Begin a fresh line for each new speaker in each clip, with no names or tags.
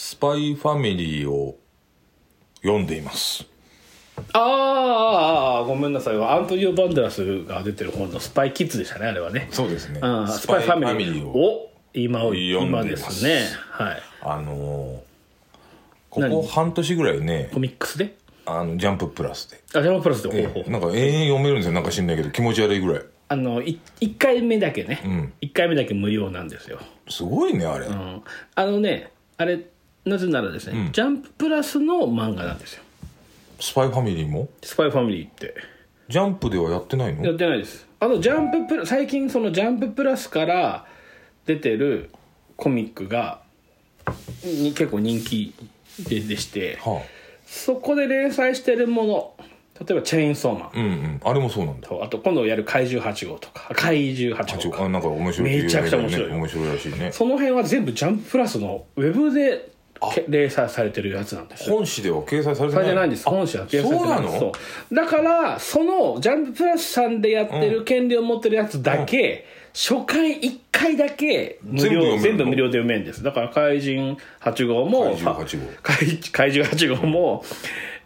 スパイファミリーを読んでいます。
あーあーあーごめんなさいアントニオ・バンデラスが出てる本の「スパイ・キッズ」でしたねあれはね
そうですね
うん
ス
ス
パ
パ
イ
イ
フ
フ
ァ
ァ
ミ
ミ
リ
リ
ー
ー
を
を今を
読
今
んで
で
ます
すねはい
あのーここ
何
半年ぐらいね
コ、ミックスで
あの、ジャンププラスで。
あジャムプラスで、
え
ほう
え
ほう
なんか永遠読めるんですよ。なんか知んないけど、気持ち悪いぐらい。
あのい1回目だけね、
ん
一1回目だけ無料なんですよ、
すごいね、あれ。
うん、あのねあれなぜならですね、ジャンププラスの漫画なんですよ
スパイファミリーも
スパイファミリーって
ジャンプではやってない
や
の
ってないですあのジャンププラ最近そのジャンププラスから出てるコミックがに結構人気ででして
は
そこで連載してるもの例えば「チェーンソーマン
あ、うんうん。あれもそうなん」だ。
とあと今度やる「怪獣8号」とか「怪獣
あ、
8
ち
号
ょ
か」
あなんか面白い、
めちゃくちゃ面白いよ
面白いらしいね。
その辺は全部ジャンププラスのウェブでけ連載されてるやつなんですよ
本誌では掲載されてな
そ
い。
れじゃないんです本社は掲載されてないんです
そうなの
そうだからそのジャンププラスさんでやってる権利を持ってるやつだけ、初回1回だけ無
全
料
部読めるの
全部無料で読めるんですだから怪人8号も
怪獣8号
怪怪獣8号も、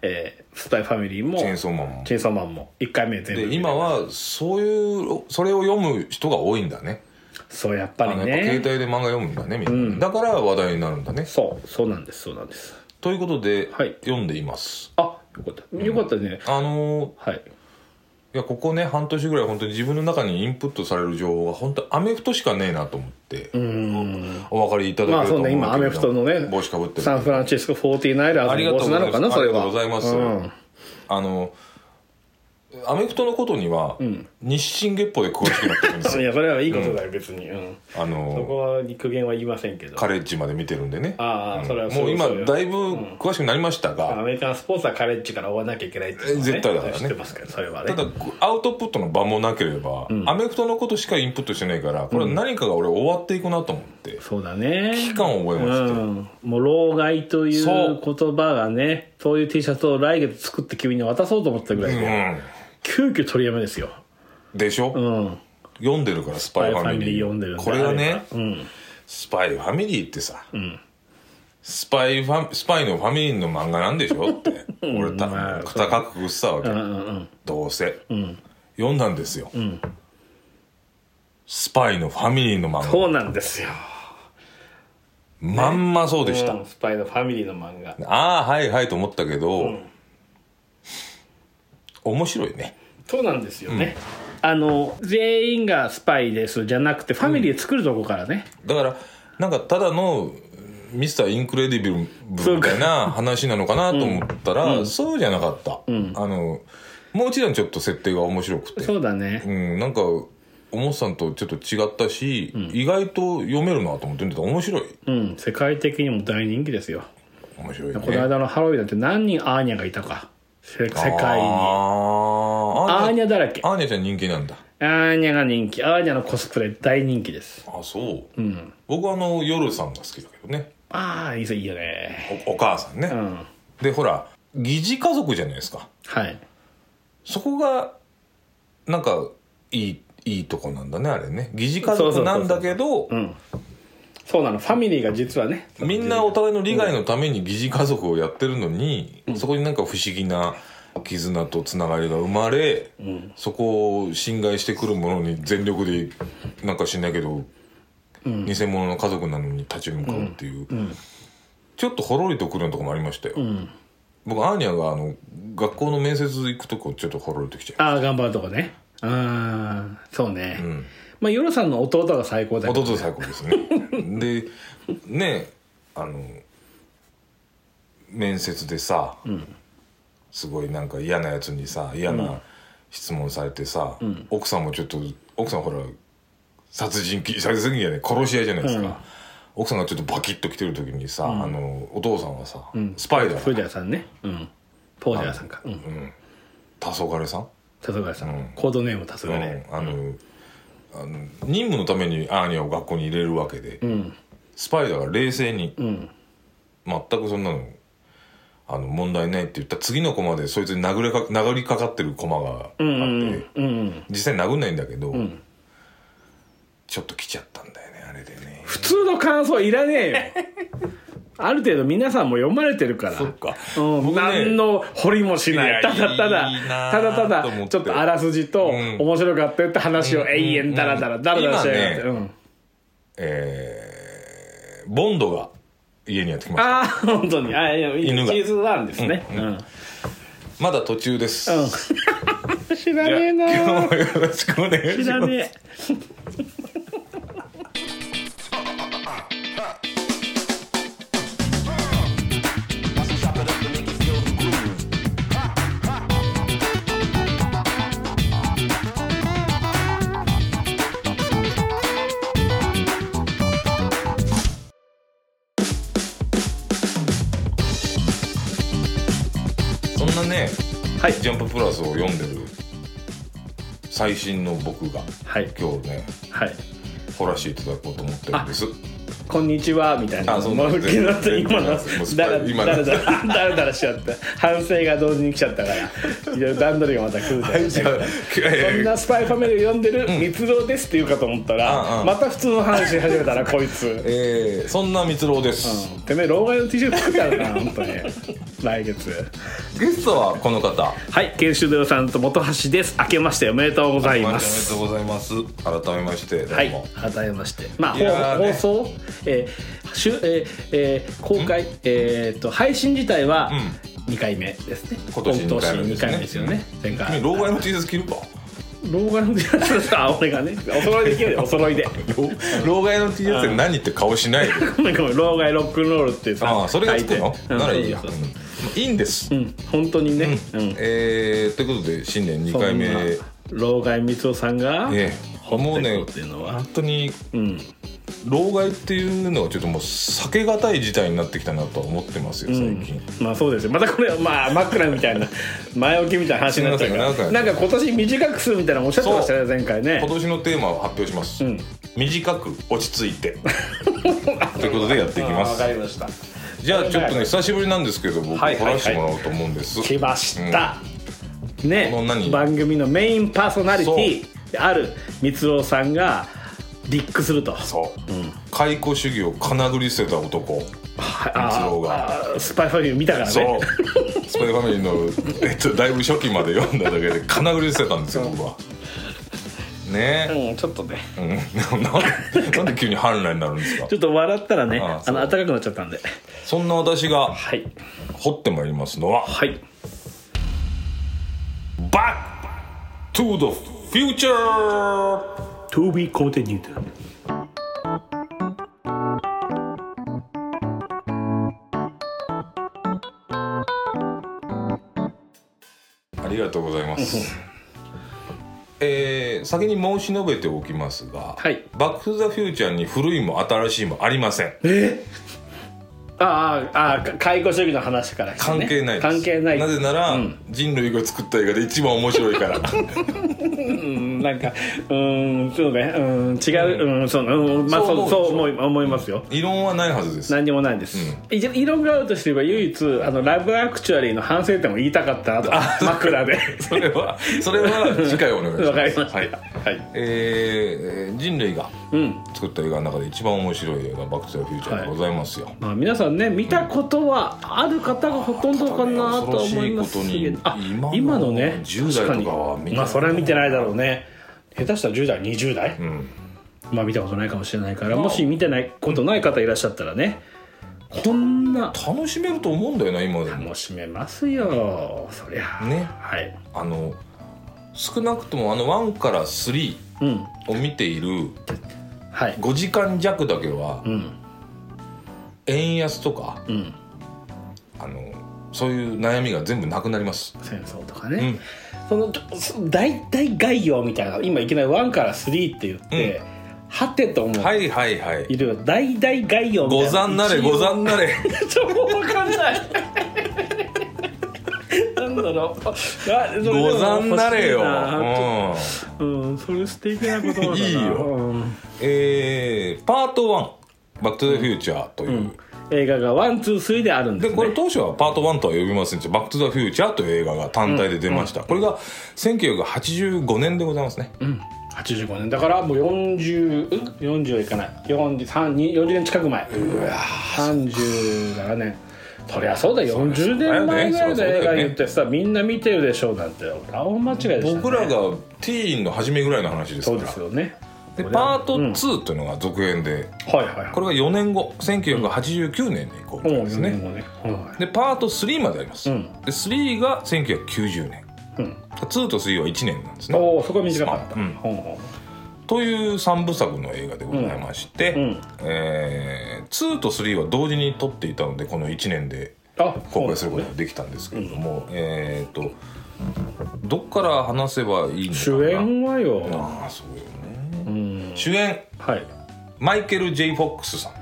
えースパイファミリーも
チェーンソーマンも
チェーンソーマンも1回目全部
で今はそういうそれを読む人が多いんだね
そうやっぱ
あ
り
のやっぱ携
ね
帯で漫画読むんだねみたいな、だから話題になるんだね
そうそうなんですそうなんです
ということで、
はい
読んでいます
あよかったよかったね、
あのー
はい
いやここね半年ぐらい本当に自分の中にインプットされる情報が本当アメフトしかねえなと思って、
うん
お分かりいただけ
ま
る
あ
と
そ
思うん
うね、
だけど
今、アメフトのね、
帽子かぶってる
サンフランシスコ 49ers
ありが
の
とうござ
帽子ないの
ます
かな、そ
あ
れは。
りがとうございますあのアメフトのことには、日進月歩で詳しくなってくるんです
うん。い
よ
や、それはいいことだよ、別に。うん
あ
そ
の
こは肉言は言いませんけど。
カレッジまで見てるんでね
ああ、それは
もう今だい
ぶ。
ぶ詳しくなりましたが、
アメリカンスポーツはカレッジから追わなきゃいけないっていうのはね
絶対だからね
知ってますから、それはね
た。だこうアウトプットの場もなければ、アメフトのことしかインプットしてないからこれは何かが俺終わっていくなと思って、
そうだね。
期間を覚えました、
うん、もう老害という
そう
言葉がねそういう T シャツを来月作って君に渡そうと思ったぐらいで、急遽取りやめですよ、
うんでしょ、
うん、
読んでるからスパイファミリー
スパイファミリー読んでるんだ
これがね、
うん、
スパイファミリーってさ、スパイファスパイのファミリーの漫画なんでしょって俺た、
まあ
肩かくしたわけ、
うんうんうん
どうせ、読んだんですよ、スパイのファミリーの漫画
そうなんですよ
まんまそうでした、
うんスパイのファミリーの漫画
ああはいはいと思ったけど、面白いね
そうなんですよね、あの全員がスパイですじゃなくてファミリーで作るとこからね、
だからなんかただのミスターインクレディブルみたいな話なのかなと思ったら、そうじゃなかった、あのもう一段ちょっと設定が面白くて
そうだね、
うんなんか思さんとちょっと違ったし、意外と読めるなと思ってんだけど面白い
うん世界的にも大人気ですよ
面白いね
この間のハロウィンだって何人アーニャがいたかせ世界に
あー
ア
ア
ー
ーニ
ニ
ャ
ャだらけ
アーニャちゃん人気なんだ
アーニャが人気アーニャのコスプレ大人気です
あそう、僕はあの夜さんが好きだけどね
ああいいですいいよね
おお母さんね、
うん
でほら疑似家族じゃないですか
はい
そこがなんかいいいいとこなんだねあれね疑似家
そうそ
族
うそうそう
なんだけど
うんそうなのファミリーが実はね
みんなお互いの利害のために疑似家族をやってるのに、そこになんか不思議な絆とつながりが生まれ、そこを侵害してくるものに全力でなんかしないけど、偽物の家族なのに立ち向かうっていう、ちょっとほろりとくるようなとこもありましたよ、僕アーニャがあの学校の面接行くとこちょっとほろりときちゃう
ああ頑張るとこねうんそうね、まあヨロさんの弟が最高だけど
弟最高ですね でねあの面接でさ、すごいなんか嫌なやつにさ嫌な質問されてさ、奥さんもちょっと奥さんほら殺人鬼殺人鬼じゃない殺し合いじゃないですか、奥さんがちょっとバキッと来てる時にさ、あのお父さんはさ、スパイだか
フー
ら
ジャーさんねうんポージャーさんかうん
黄昏さん
黄昏さん、コードネーム黄昏、ね
うんあの、あの任務のためにアーニャを学校に入れるわけで、スパイダーが冷静に、全くそんなのあの問題ないって言った次の子までそいつに殴れか殴りかかってる駒があって、
うんうん
実際殴んないんだけど、ちょっと来ちゃったんだよねあれでね
普通の感想いらねえよある程度皆さんも読まれてるから
そっか
うん
僕ね
何の掘りもしない
いや
ただただ
いいなあ
ただただ
と思って
ちょっとあらすじと
うん
面白かったよって話を永遠だらだらだらだらしやがって、
今
うん
えー、ボンドが家にやってきまし
ああ本当にあいやいい
犬が
チーズワンですねうん、うん
たまだ途中です、
知らねえな
今
あ
日もよろしくお願いします
知らね え
そんなね
はい
ジャンププラスを読んでる最新の僕が
はい
今日ね
はい
掘らせていただこうと思ってるんです
「こんにちは」みたいな
あそう
もう受けなって
全
今
然
の
全然
だら
今
だ
の
らだらだらだらしちゃった反省が同時に来ちゃったからいろいろ段取りがまた来るじゃないです
じ
か
ゃあ
そん
えー
なスパイファミリーを読んでる蜜郎ですって言うかと思った
うんう
ら
ん
また普通の話し始めたらこい つ
えーそんな蜜郎です、
うんてめえ老害の T シャツ作ったのかな本当に来月
ゲストはこの方
はい研修堂さんと本橋です明けましておめでとうござい
おめ
ま
ですとうございます改めましてど
は
う
い
も、、
改めまして、まあ、
いやー
放
ね
放送、えーしゅえーえー公開、えー、と配信自体は2回目ですね、
今年2回目ですね
今年二回目ですよね、前回
君老害の T シャツ着るか
老眼のや つさ俺がねお揃いできるよお揃いで
老害の T シャツで何って顔しないで
ごめんごめん老害ロックンロールってさ
ああそれがつくの
書て
ならいいや、
うんそううそうん
いいんです、
そううん本当にね、うん
えーということで新年2回目え
そんな老害光雄さんが、
えもうね
掘っていこうっていうのは
本当に
うん、
老害っていうのはちょっともう避けがたい事態になってきたなとは思ってますよ最近、
まあそうですよまたこれまあ枕みたいな前置きみたいな話になっちゃうか
すいませ
ら
ん
な
なんん
か
か
今年短くするみたいなのおっしゃってましたね前回ね
今年のテーマを発表します、
うん
短く落ち着い てということでやっていき
あ
ま
ーわ
す
かりました
じゃあちょっとね久しぶりなんですけど僕
はい
掘
はいはい
らしてもらおうと思うんです、
来ました、ね
この何
番組のメインパーソナリティである光郎さんがディックすると
そう、解雇主義をかなぐり捨てた男
はいあー
光郎が
あースパイファミリー見たから
そう
ね
スパイファミリーの、えっと、だいぶ初期まで読んだだけでかなぐり捨てたんですよ僕はね
うんちょっとね
え、うん、なん でなんで急に反乱になるんですか
ちょっと笑ったらね
あー
あ
そう
の暖かくなっちゃったんで
そんな私が
はい
掘ってまいりますのは
はい
「バック・トゥ・ザ・フューチャー
To be continued
ありがとうございます えー先に申し述べておきますが「
はい
バック・トゥ・ザ・フューチャー」に古いも新しいもありません
えああああか解雇主義の話から来て
関
ね、
係ないです
関係ない
なぜなら、
うん
人類が作った映画で一番面白いから
うんなんかうーんそうねうん違ううんそううんまあ
そう思
そう
う
そう思い思いますよ
異論はないはずです
何にもないです、一応色があるとしてれば唯一あのラブアクチュアリーの反省点を言いたかったなと枕で
それはそれは次回お願いします
わかりました
はい
はい
えー人類が
うん
作った映画の中で一番面白い映画「バック・トゥ・ザ・フューチャー」でございますよ、
まあ皆さんね見たことはある方がほとんどかなとは思いますけどあ
恐ろしいことに
今のね
10代とかは見たことない
まあそれは見てないだろうね下手したら10代20代、
うん、
まあ見たことないかもしれないからもし見てないことない方いらっしゃったらねこんな
楽しめると思うんだよな今でも
楽しめますよそりゃ
ね
はい
あの少なくともあの1から3
うん
を見ている
はい
5時間弱だけは
うん
円安とか
うん
あのそういう悩みが全部なくなります
戦争とかね、そのそ大体概要みたいな今いきなり1から3って言って、はてと思う、、
はいいはいはい
るよ大体概要みたいな
ござんなれ
一応
ござんなれ
ちょっともう分かんない なんだろうあそれでも
ござんなれよ、
欲しいな
うん、
うん、それ素敵なことだな
いいよ
うん
えー、パート1「バック・トゥ・ザ・フューチャー」という、
映画がワンツースリーであるんで
ですこれ
ね
当初はパート1とは呼びませんでしたバック・トゥ・ザ・フューチャー」という映画が単体で出ました、これが1985年でございますね、
85年だからもう4040 40はいかない43に40年近く前37年そりゃそうだよ40年前ぐらいの映画言ってさ、みんな見てるでしょうなんてラオ間違いでした、ね、
僕らがティーンの初めぐらいの話です
そ
か
う
ら
ですよね
でパート2というのが続編で、
はいはいはい
これが4年後1989年に公開
もう
です
4
ね、
年後ね、は
でパート3まであります、
うん
で3が1990年
いうん、
2と3は1年なんですね
おおそこは短かった、
うん
ほうほ
という3部作の映画でございまして、
ううん
えー2と3は同時に撮っていたのでこの1年で
あ
公開することができたんですけれども、えっ、とどっから話せばいいのかな
主演はよ、
ああそうよね
うん、
主演
はい
マイケル・ J ・フォックスさん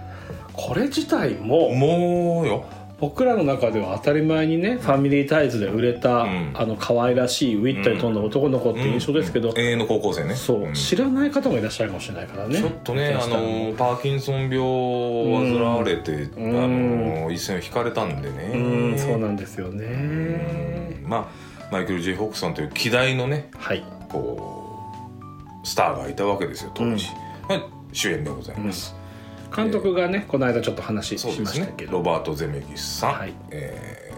これ自体も
もうよ
僕らの中では当たり前にねファミリータイズで売れた、
ん
あの可愛らしいウィットに富んだ男の子って印象ですけど、
永遠の高校生ね
そう、
ん
知らない方もいらっしゃるかもしれないからね
ちょっとね、あのパーキンソン病を患われて、あの一線を引かれたんでね、
うんそうなんですよね
うんまあマイケル・ J ・フォックスさんという希代のね
はい
こうスターがいたわけですよ当時、が主演でございます、
監督がねこの間ちょっと話し
そうで
ますした
ね
けど、
ロバート・ゼメキスさん、
はい
え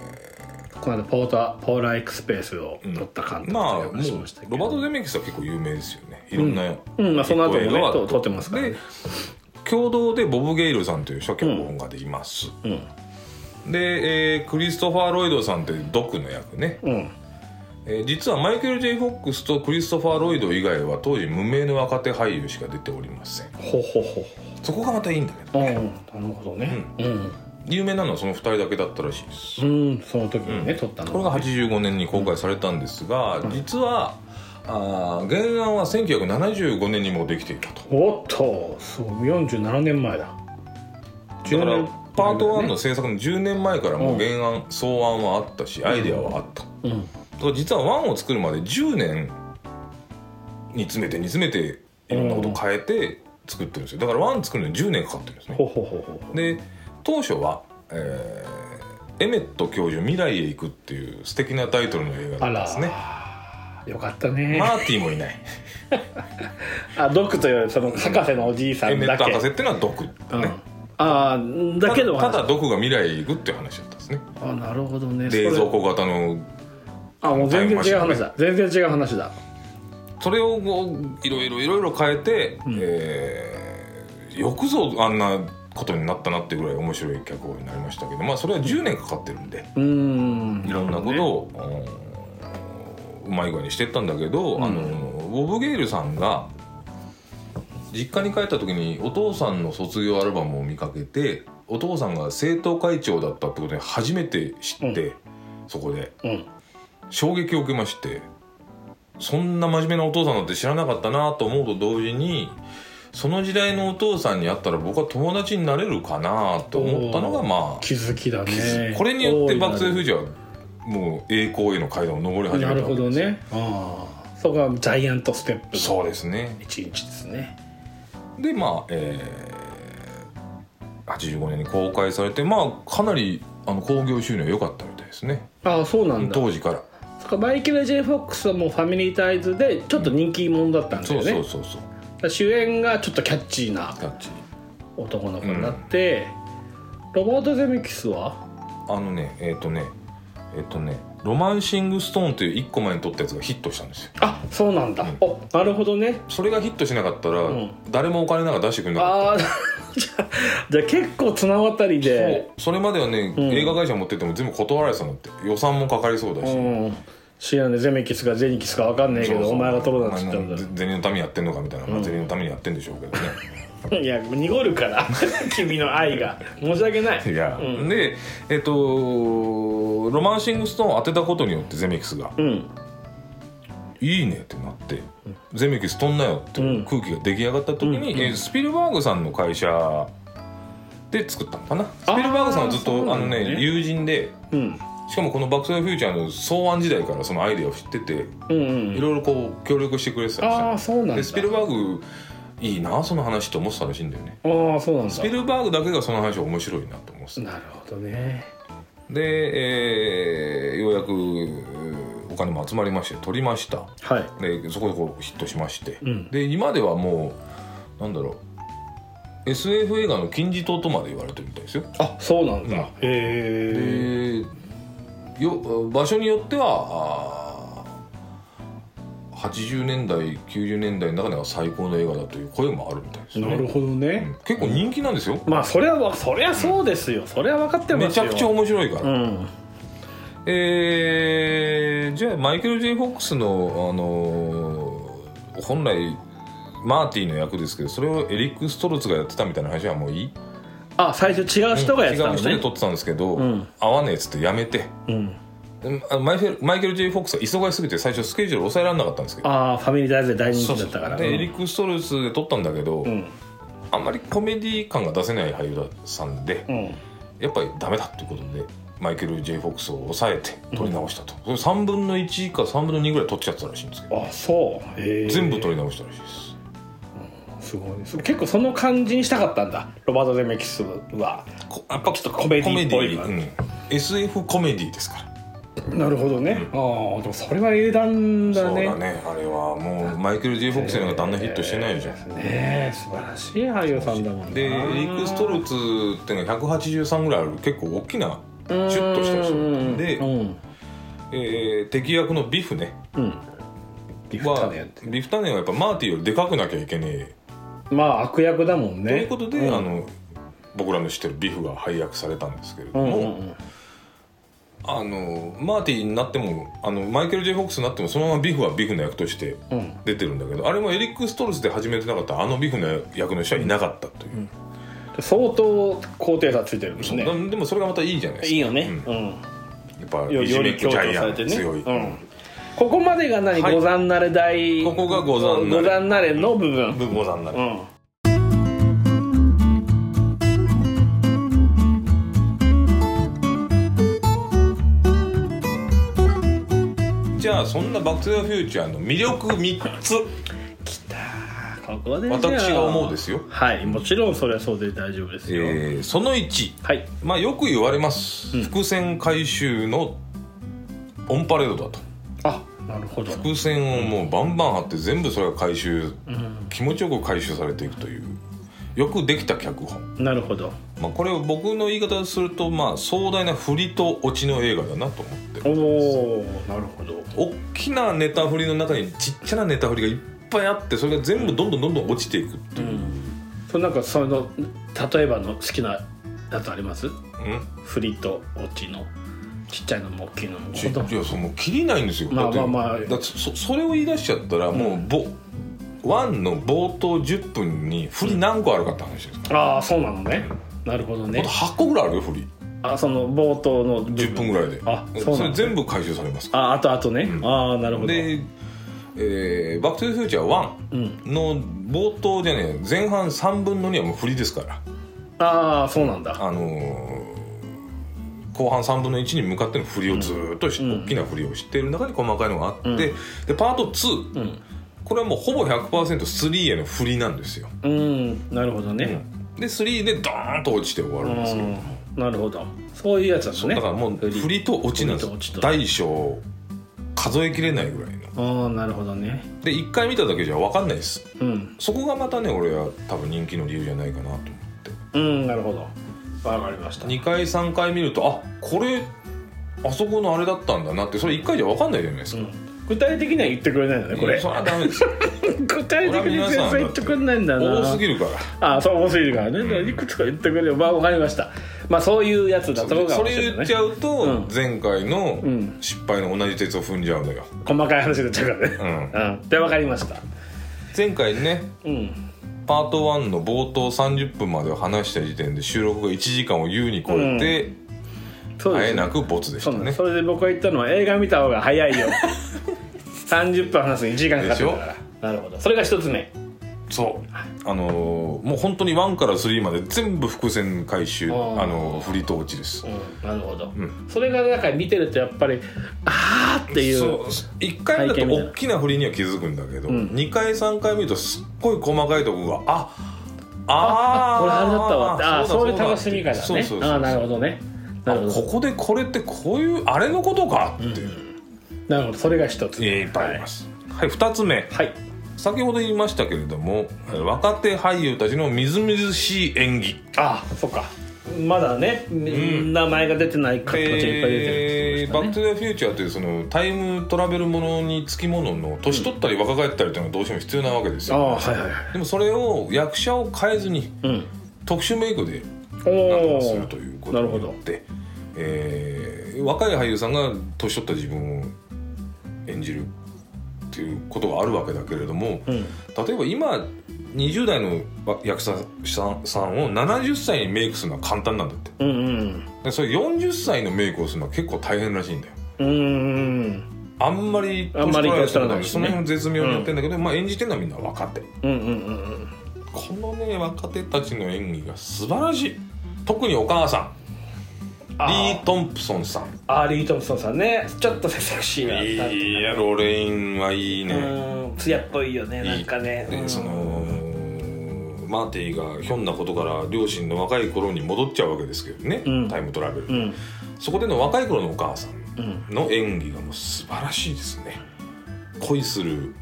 この間ポータポーラーエクスペースを撮った監
ー
督と
まあもう
話しましたけど、
ロバート・ゼメキスは結構有名ですよねいろんな、
うんまあ、その後
結構
も
映画
ね
は
と撮ってますから、ね
で、共同でボブ・ゲイルさんという初脚本家でいます、
うん
で、えークリストファー・ロイドさんというドクの役ね、
うん
えー実はマイケル・ J ・フォックスとクリストファー・ロイド以外は当時無名の若手俳優しか出ておりません
ほうほうほう
そこがまたいいんだけど
うん、なるほどね。うん、
有名なのはその2人だけだったらしいです
うん、その時にね、撮ったの。
これが85年に公開されたんですが、実はあー原案は1975年にもうできていたと
おっと、そう、四十七年前だ。
だか
10
ら
年
パート1の制作の10年前からもう原案、草案はあったしアイデアはあった、
うん、
だから実は1を作るまで10年煮詰めて煮詰めていろんなことを変えて作ってるんですよだから1作るのに10年かかってるんですね
ほうほうほうほう。
で当初は、えーエメット教授「未来へ行く」っていう素敵なタイトルの映画な
あ
んで
ら
すね
よかったね。
マーティもい ない
あ、ドックというその博士のおじいさ
エ
ん
メッ
だ
ト
け。
博士っていうのは毒
う
だ
ん
ね、
あーだけど
たただ毒が未来へ行くっていう話だったんですね
あなるほどね
冷蔵
それ
庫型の
あもう全然違う話だ、全然違う話だ
それをこういろいろいろいろ変えて、えーよくぞあんなことになったなってぐらい面白い脚本になりましたけどまあそれは10年かかってるんで、
うーん
いろんなことを、うんうまい具合にしてったんだけど、あのボブ・ゲイルさんが実家に帰った時にお父さんの卒業アルバムを見かけてお父さんが政党会長だったってことに初めて知って、そこで
うん
衝撃を受けましてそんな真面目なお父さんだって知らなかったなと思うと同時にその時代のお父さんに会ったら僕は友達になれるかなと思ったのがまあ
気づきだね
これによってバック・トゥ・ザフューチャーはもう栄光への階段を上り始めた
な
わけで
る
す
ほどねああそこはジャイアントステップ
そうですね
一日ですね
でまあえー85年に公開されてまあかなりあの興行収入は良かったみたいですね
ああそうなんだ
当時から
そっかマイケル・ J ・フォックスはもうファミリータイズでちょっと人気者だったんだ
そ
よ
う
ね、
そうそうそう
だから主演がちょっとキャッチーな
ガッチリ
男の子になって、ロバート・ゼメキスは
あのねえっ、とねえっ、とね「ロマンシング・ストーン」という1個前に撮ったやつがヒットしたんですよ
あそうなんだ、
ん
おなるほどね
それがヒットしなかったら、
ん
誰もお金なんか出してくれなかった
ああ じゃあじゃあ結構綱渡りで
そうそれまではね、
ん
映画会社持ってっても全部断られてたのって予算もかかりそうだし、
うん知らないゼメキスかゼニキスか分かんないけど
そうそう
お前が取るなって言ったん
お
だ
前の銭のためにやってんのかみたいな、まあ、銭のためにやってんでしょうけどね
いや濁るから 君の愛が申し訳ない
いや、でえっと「ロマンシング・ストーン」を当てたことによってゼメキスが
うん
「いいね」ってなって「ゼメキス飛んなよ」って
うん
空気が出来上がった時に、えースピルバーグさんの会社で作ったのかなスピルバーグさんはずっ
そう
とあ
なん
の
だね
ね友人で
うん
しかもこの「バック・トゥ・ザ・フューチャー」の草案時代からそのアイデアを知ってて
うんう
い
ん
ろいろこう協力してくれてたりした
ああそうなん
で
だ
スピルバーグいいなその話と思ってたらしいんだよね
ああそうなんだ
スピルバーグだけがその話面白いなと思ってた
なるほどね
で、えーようやくうーお金も集まりまして撮りました
はい
でそこでこうヒットしまして、
うん
で今ではもうなんだろう SF 映画の金字塔とまで言われてるみたいですよ
あそうなんだ、
うん
へえ
でよ場所によってはあー80年代90年代の中では最高の映画だという声もあるみたいですね
なるほど
う
ね
ん、結構人気なんですよ、
まあそりゃわそりゃそうですよそりゃ分かってま
め
す
ち
よ
ゃくちゃ面白いから、
うん
えーじゃあマイケル・ J ・フォックスの、あのー本来マーティの役ですけどそれをエリック・ストルツがやってたみたいな話はもういい
あ最初違う人がやってた
違う人
の
で
ね
撮ってたんですけど、
ん
合わねえっつってやめて
うん
うんあマイケルマイケル・ J ・フォックスが忙しすぎて最初スケジュール抑えられなかったんですけど
ああファミリー大勢大人
そう
気
そ
だっ
う
たから
でエ
う
リ
ん
ック・ストルツで撮ったんだけど、あんまりコメディ感が出せない俳優さんで、
うんうん
やっぱりダメだということでマイケル・ J ・フォックスを抑えて撮り直したと、それ3分の1か3分の2ぐらい撮っちゃってたらしいんですけど
あそうへえ
全部撮り直したらしいです
すごいね結構その感じにしたかったんだロバート・ゼメキスは
こやっぱ
ちょっとコメディっぽい
コメディうん、SF コメディですから
なるほどね、ああでもそれは英断だね
そうだねあれはもうマイケル・ J ・フォックスなんかあんなヒットしてないじゃん、
ねえ素晴らしい俳優さんだもんな
でエリック・ストルツっていうのは183ぐらいある結構大きなシュッとした人で
う、ん
えー敵役のビフね
うんビフタ
は
ネンって
ビフタネンはやっぱマーティよりでかくなきゃいけねえ
まあ悪役だもんね
ということで、
うん
あの僕らの知ってるビフが配役されたんですけれど
うん
も、
うん
あのマーティになってもあのマイケル・ J ・フォックスになってもそのままビフはビフの役として
うんうん
出てるんだけどあれもエリック・ストルスで始めてなかったらあのビフの役の人はいなかったという、
相当高低差ついてるもんね
でもそれがまたいいじゃないですか
いいよね
うん
うん
やっぱ
よ
いじ
よ
めっ
り
子
強
ジ
調
ャイ
さ
ア
れ
ン
てね
強い、
うん、ここまでが何、
はい
ござんなれ大
ここがござんなれ
ござんなれの部分
文豪さんな
う
ら、
ん
じゃあそんな「バック・トゥ・ザ・フューチャー」の魅力3つ
きたここで
私が思うですすよ、
はいもちろんそれはそうで大丈夫ですよ、
えーその1
はい
まあよく言われます、伏線回収のオンパレードだと
あなるほど
伏線をもうバンバン張って全部それが回収
うん
気持ちよく回収されていくというよくできた脚本、
なるほど
まあ、これを僕の言い方をするとまあ壮大な振りとオチの映画だなと思って
おおなるほど
大きなネタ振りの中にちっちゃなネタ振りがいっぱいあってそれが全部どんどんどんどん落ちていくっていう、
それなんかその例えばの好きなやつあります
うん
振りと落ちのちっちゃいのも大きいのも
ちいやそうもう切りないんですよ、
まあ
だって
まあま
だ
あ
ってそそれを言い出しちゃったらもうぼ、ワンの冒頭10分に振り何個あるかって話ですか
ああそうなのねなるほどね
ら、8個ぐらいあるよ振り
あその冒頭の部
10分ぐらいで
あそう
そ
な
れ
んだ
全部回収されますか
ああとあとね、
ん
ああなるほ
ら
ど
で「えーバック・トゥ・ザ・フューチャー1
うん、」
の冒頭じゃねえ前半3分の2はもう振りですから
ああそうなんだ
あのー後半3分の1に向かっての振りをずーっとし、
うん
大きな振りをしてる中に細かいのがあって、
ん
でパート2、
うん、
これはもうほぼ 100%3 への振りなんですよ、
うん、なるほどね、
で3でドーンと落ちて終わ
う
るんですよ、
んなるほどそういうやつなんです
そう
ね
だからもう振りと落ちなんで
振りと落
す
ちと
大小数えきれないぐらいの
ああなるほどね
で1回見ただけじゃ分かんないです
うん
そこがまたね俺は多分人気の理由じゃないかなと思って
うんなるほどわかりました
2回3回見るとあこれあそこのあれだったんだなってそれ1回じゃ分かんないじゃないです
う
か、
ん具体的には言ってくれないんだねこ
いや
れ
それはダメですよ
具体的に全然言ってくれないんだな
多すぎるから
ああそう多すぎるからね、いくつか言ってくれればわかりましたまあそういうやつだとこが
そ
面白い
れ
よ
言
ね
っちゃうと、
うん
前回の
ん
失敗の同じ鉄を踏んじゃうのよ、
細かい話になっちゃうからね
うん、
うんでわかりました
前回ね
うん
パート1の冒頭30分までを話した時点で収録が1時間を優に超えて、
そう
あ
で
え
す
なくボツでし
そ
た
うなんで
ね
すそれで僕が言ったのは映画見た方が早 いよ30分話すのに1時間かかってるからなるほどそれが一つ目
そうあのーもう本当に1から3まで全部伏線回収あ
あー
のー振りと落ちです
うんなるほど、
ん
それがだから見てるとやっぱりああっていう
そう1回目だと大きな振りには気づくんだけど、
ん
2回3回見るとすっごい細かいとこがあ
あ
あ
これあれだったわってああ
だ
そういう
だ
楽しみ方ね
そうそうそう
ああなるほどねな
あ
るほ
ここ
ど
でこれってこういうあれのことかって、
ななるほどそれが一つ
えーいっぱいありますはい、二つ目
はい
先ほど言いましたけれどもえー若手俳優たちのみずみずしい演技
ああそっかまだね、名前が出てない方たちがいっぱい出てるって言
え
っ
ー
て
バ
ま
ッ
し
ク・トゥ・
たね
ザ・フューチャーというそのタイムトラベルものにつきものの年取ったり若返ったりというのはどうしても必要なわけです
あ
よ、
あはいはいはい
でもそれを役者を変えずに
うん
特殊メイクでなん
お
と
お
かするということによって、えー若い俳優さんが年取った自分を演じるっていうことがあるわけだけれども
う
例
ん
えば今20代の役者さんさんを70歳にメイクするのは簡単なんだって
うんうん
でそれ40歳のメイクをするのは結構大変らしいんだよ
うんうん
あんまり
あんま
年取
り
ら
年取ら
な
ないい
し
し
そ
ね
の辺絶妙にやってんだけど、まあ演じてるのはみんな若手
うんうんうん
このね若手たちの演技が素晴らしい特にお母さん
あー
リー・トンプソンさん
アーリー・トムソンさんねちょっとセクシーな感じ
いやロレインはいいね
うん艶っぽいよねなんかね
で
うん
そのマーティがひょんなことから両親の若い頃に戻っちゃうわけですけどね、
うん
タイムトラベル、
うん
そこでの若い頃のお母さ
うん
んの演技がもう素晴らしいですね恋する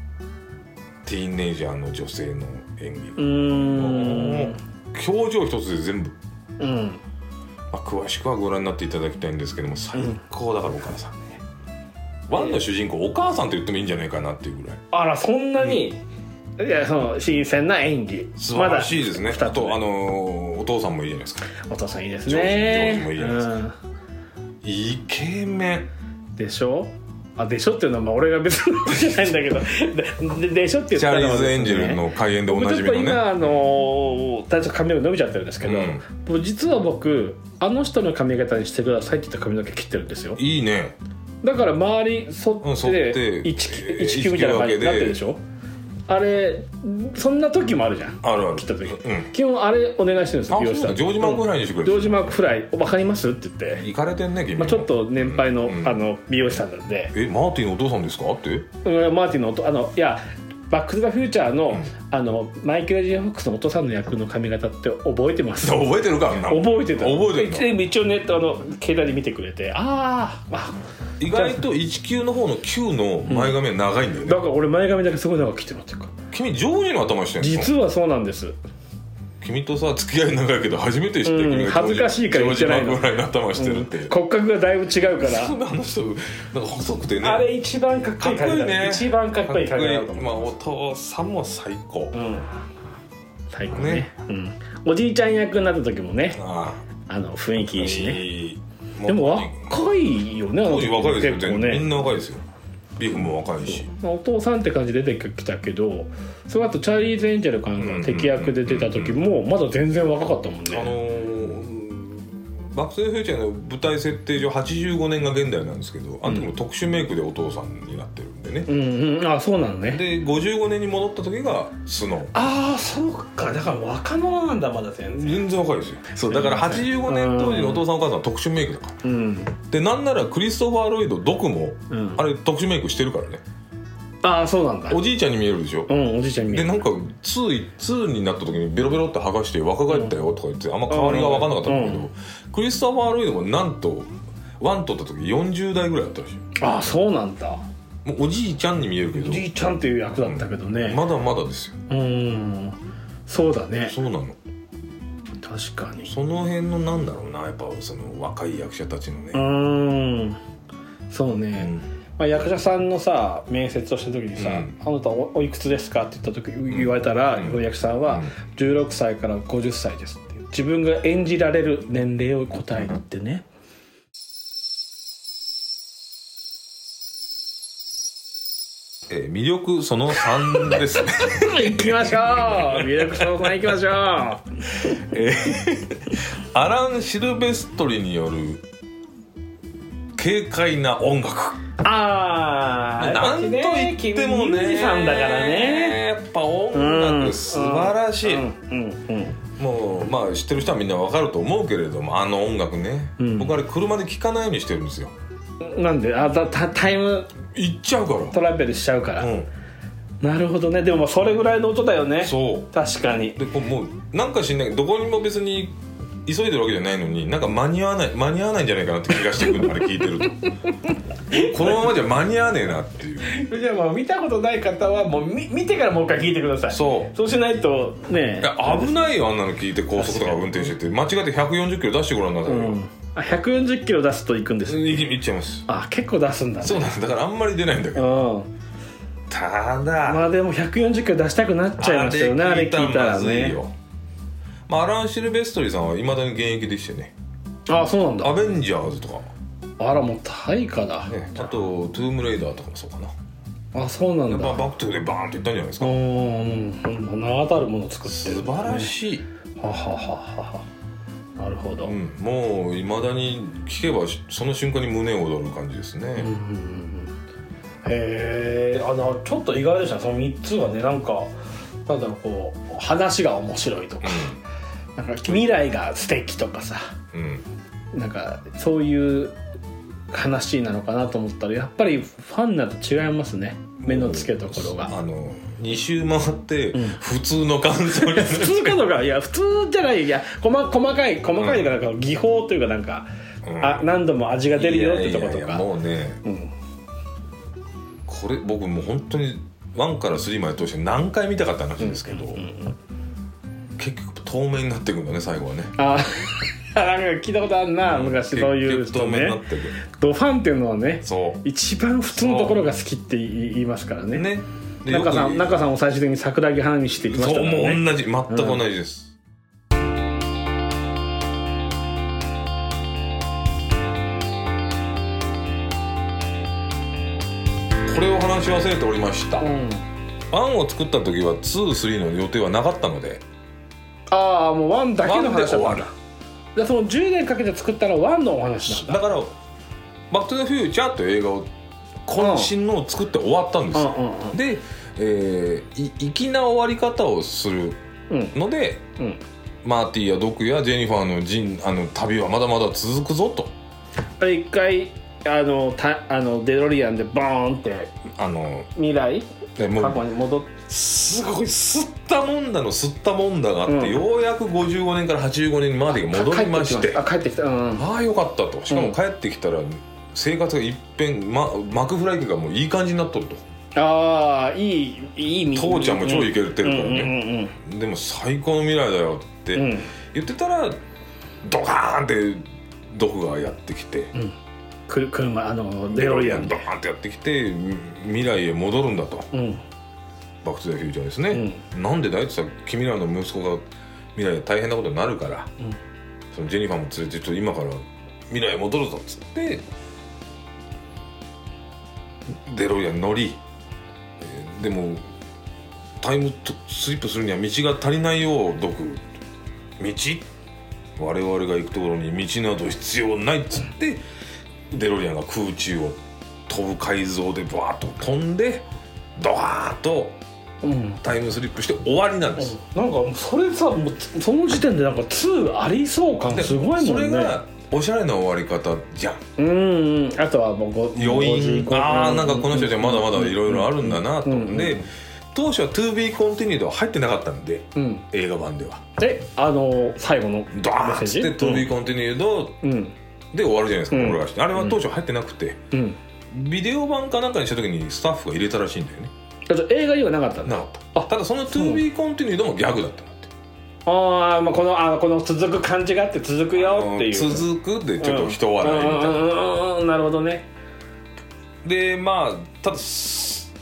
ティーンエイジャーの女性の演技
う
が、
ん
表情一つで全部、
うん
まあ、詳しくはご覧になっていただきたいんですけども最高だからお母さんね、ワンの主人公お母さんと言ってもいいんじゃないかなっていうぐらい
あらそんなに、いやその新鮮な演技
素晴らしいですね、
まだ
あとあのーお父さんもいいじゃないですか
お父さんいいです
上司上
ね
司もいいじゃないですイケメン
うんでしょあでしょっていうのはまあ俺が別のことじゃないんだけどでででしょって言っ
チャー
た
リ
のは
ーズ・エン
です
ジ
ね
ェルの開演でお
僕
な
ち
じ
ょっ
みの
と
ね
今あのー多少髪の毛伸びちゃってるんですけど、
うん
もう実は僕あの人の髪型にしてくださいって言った髪の毛切ってるんですよ
いいね
だから周り沿
うん沿っ
っ
てて
19、みたいな感じになってるでしょあれそんな時もあるじゃん
あるある
切った時、
うん
基本あれお願いしてるんですよ
あ
美
そう
容師さ
だ
ん
ジョージ・マンコフライにしてく
ジョー
れ
ジ・マーク・フライ「わかります?」って言って、
行かれてんね君も、
まあ、ちょっと年配の,、
うん
あの美容師さんなんで、
えマーティのお父さんですかって
うんマーティンのおとあのいや「バック・トゥ・ザ・フューチャーの」
ん
あのマイケル・ジェフォックスのお父さんの役の髪型って覚えてます
覚えてるからな
覚えてた
覚えてる
で一応ネットあの携帯で見てくれてあーあ
意外と19の方の9の前髪は長いんだよね
だ、から俺前髪だけすごい長く切ってもらってるから
君ジョージの頭してんの
実はそうなんです
君とさ付き合い長いけど初めて知って、
うん
君がジョージ
恥ずかしいから言ってない
ジ
の
ョージ・マンコフライの頭してるって、
骨格がだいぶ違うか
そん
ら
なあの人なんか細くてね
あれ一番かっこ
か
い
っ
い
こいいね
一番かっこいい髪型だと
かっこいい
思う
まあお父さんも最高、
うん最高ね
ね
うん、おじいちゃん役になった時もね
あ
あの雰囲
あ
気いいしね
いい
でも
う
若いよねあの
当時若いですよ
結
全
構
然、みん
ね
な若いですよビーフも若いし
まあお父さんって感じで出てきたけどその後チャーリーズ・エンジェル感が敵役で出た時もまだ全然若かったもん
あの
ね
ーバック・トゥ・ザ・フューチャーの舞台設定上85年が現代なんですけどあの時も特殊メイクでお父さんになってるんでね、
うんうんあそうなのね
で55年に戻った時がスノー
ああそうかだから若者なんだまだ全
全然若いですよそうだから85年当時のお父さんお母さんは特殊メイクだから
うん
でなんならクリストファー・ロイド毒も
うん
あれ特殊メイクしてるからね
ああそうなんだ
おじいちゃんに見えるでしょ
うんおじいちゃんに見
で
える
なんか2になった時にベロベロって剥がして若返ったよとか言ってあんま変わりが分かんなかったんだけど、
うん
クリストファー・ロイドもなんとワン取った時40代ぐらいだったらしい
ああそうなんだ
もうおじいちゃんに見えるけ
お
ど
じいちゃんっていう役だったけどね
まだまだですよ
うんそうだね
そうなの
確かに
その辺のなんだろうなやっぱその若い役者たちの
う
ね、
ーんそう
う
ね、
ん
まあ、役者さんのさ面接をした時にさ
う
「
ん
あなたおおいくつですか?」って言った時言われたら、
うん
役者さんは
うん
「16歳から50歳です」っていう自分が演じられる年齢を答えにってね、
えー魅力その3ですね
行きましょう魅力さん行きましょ
アラン・シルベストリによる軽快な音楽
うああ
なんと言ってもね
さんだからね
やっぱ音楽素晴らしい、
うんうん
もうまあ知ってる人はみんなわかると思うけれどもあの音楽ね、
うん
僕あれ車で聴かないようにしてるんですよ
うんなんであたたタイム
行っちゃうか、
トラベルしちゃうからら、
うん、
なるほどねでもまあそれぐらいの音だよね
そう
確かに
でこうもうなんか知んないけどどこにも別に急いでるわけじゃないのになんか間に合わない間に合わないんじゃないかなって気がしてくるのあれ聞いてると このままじゃ間に合わねえなっていう
じゃあもう見たことない方はもう見見てからもう一回聞いてください
そう
そうしないとね
いや危ないよあんなの聞いて高速とか運転してて間違って140キロ出してごらんなさいよ、
うん、あ140キロ出すと行くんです
いいっちゃいます
あ結構出すんだね
そうなんですだからあんまり出ないんだけ
う
ど
ん
ただ、
まあでも140キロ出したくなっちゃいますよねあれ聞いた
ま
ら
ずい
ね
よまあ、アラン・シルベストリーさんはいまだに現役でしてね
あそうなん
「
だ
アベンジャーズ」とか、
あらもう大化だ、
ね、あと「トゥームレイダー」とかもそうかな
あそうなん
や
だ
っぱバックトゥーでバーンといったんじゃないです
う
か
ーん名たるものを作ってる
素晴らしい、
はははははなるほど、
うん、もういまだに聞けばしその瞬間に胸を躍る感じですね、
へえあのちょっと意外でしたねその3つはねなんかなんだろうこう話が面白いとかなんか未来が素敵とかさ
うんうん
なんかそういう話なのかなと思ったらやっぱりファンだと違いますね目の付けどころが。
あの2周回って
ん
普通の感想になる
普通かどうかいや普通じゃないいや細細かい細かいというかなんか技法というかなんか、
うん
あ何度も味が出るよってとこ
いやいや
と
いや
か
もうね
うん
これ僕もう本当に1から3まで通して何回見たかった話ですけど、結局透明になっていくんだね最後はね
あ なんか聞いたことあるな昔そういう
結
人
局透明にな
ね
っていく、
ドファンっていうのはね
そ
一番普通のところが好きって言い言いますから
う
ね
ねで
中さ
よ
ん
く
中さんを最終的に桜木花道って言ってまし
そ
た
う
から
も
ね
う同じ全く同じです、これを話し忘れておりました、
うん
ワンを作った時は23の予定はなかったので
ああもうワンだけの話だったん
ワンで終
だ
わ
でその10年かけて作ったのはワンのお話な
だ
んだ
から「バック・トゥ・ザ・フューチャー」という映画を渾身のを作って終わったんですよ、
うんうんうん
で、えーい粋な終わり方をする
うん
ので
うん
マーティーやドクやジェニファーのジンあの旅はまだまだ続くぞと
あれ一回あのたあのデロリアンでボーンって
あの
未来
えも
過
う
去に戻って
すごい吸ったもんだの吸ったもんだがあって、
うん
ようやく55年から85年にマーティーが戻りまして
あ帰ってきたうんうん
ああよかったとしかも帰ってきたら生活が一変、ま、マクフライ家がもういい感じになっとると
ああいいいい
父ちゃんも超イ
い
ケてるからね、
ね
でも最高の未来だよって
うん
言ってたら、ドカーンってドクがやってきて、
くる車あのデロリアン
ド
で
カーンってやってきてみ未来へ戻るんだと
うん
バック・トゥ・ザ・フューチャーですね、なんでだいってさ君らの息子が未来で大変なことになるから、
ん
そのジェニファーも連れてちょっと今から未来へ戻るぞっつってデロリアンに乗りえーでもタイムスリップするには道が足りないよドク道我々が行くところに道など必要ないっつってデロリアンが空中を飛ぶ改造でバーッと飛んでドワーッと
うん
タイムスリップして終わりなんです、
なんかそれさもうその時点でなんか2ありそう感
です
ごい
そ
も
れ
んね
がおしゃれな終わり方じゃん
うんうんあとはもうご
余韻ああなんかこの人
じ
じ
ゃ
ゃまだまだいろいろあるんだなと思って、
うんうん
当初は ToBeContinued は入ってなかったんで
うん
映画版では
であの最後の
ドーンっつって
メッセージ
ToBeContinued
うん
で終わるじゃないですか、
うん
これがあれは当初入ってなくて
うん
ビデオ版かなんかにした時にスタッフが入れたらしいんだよね
あと映画にはなかったんだ
なかったただその ToBeContinued もギャグだったんだって
あーまあこのあこの続く感じがあって続くよっていう
続くでちょっと人笑いみたいな、
うんうんうんうんなるほどね
でまあただす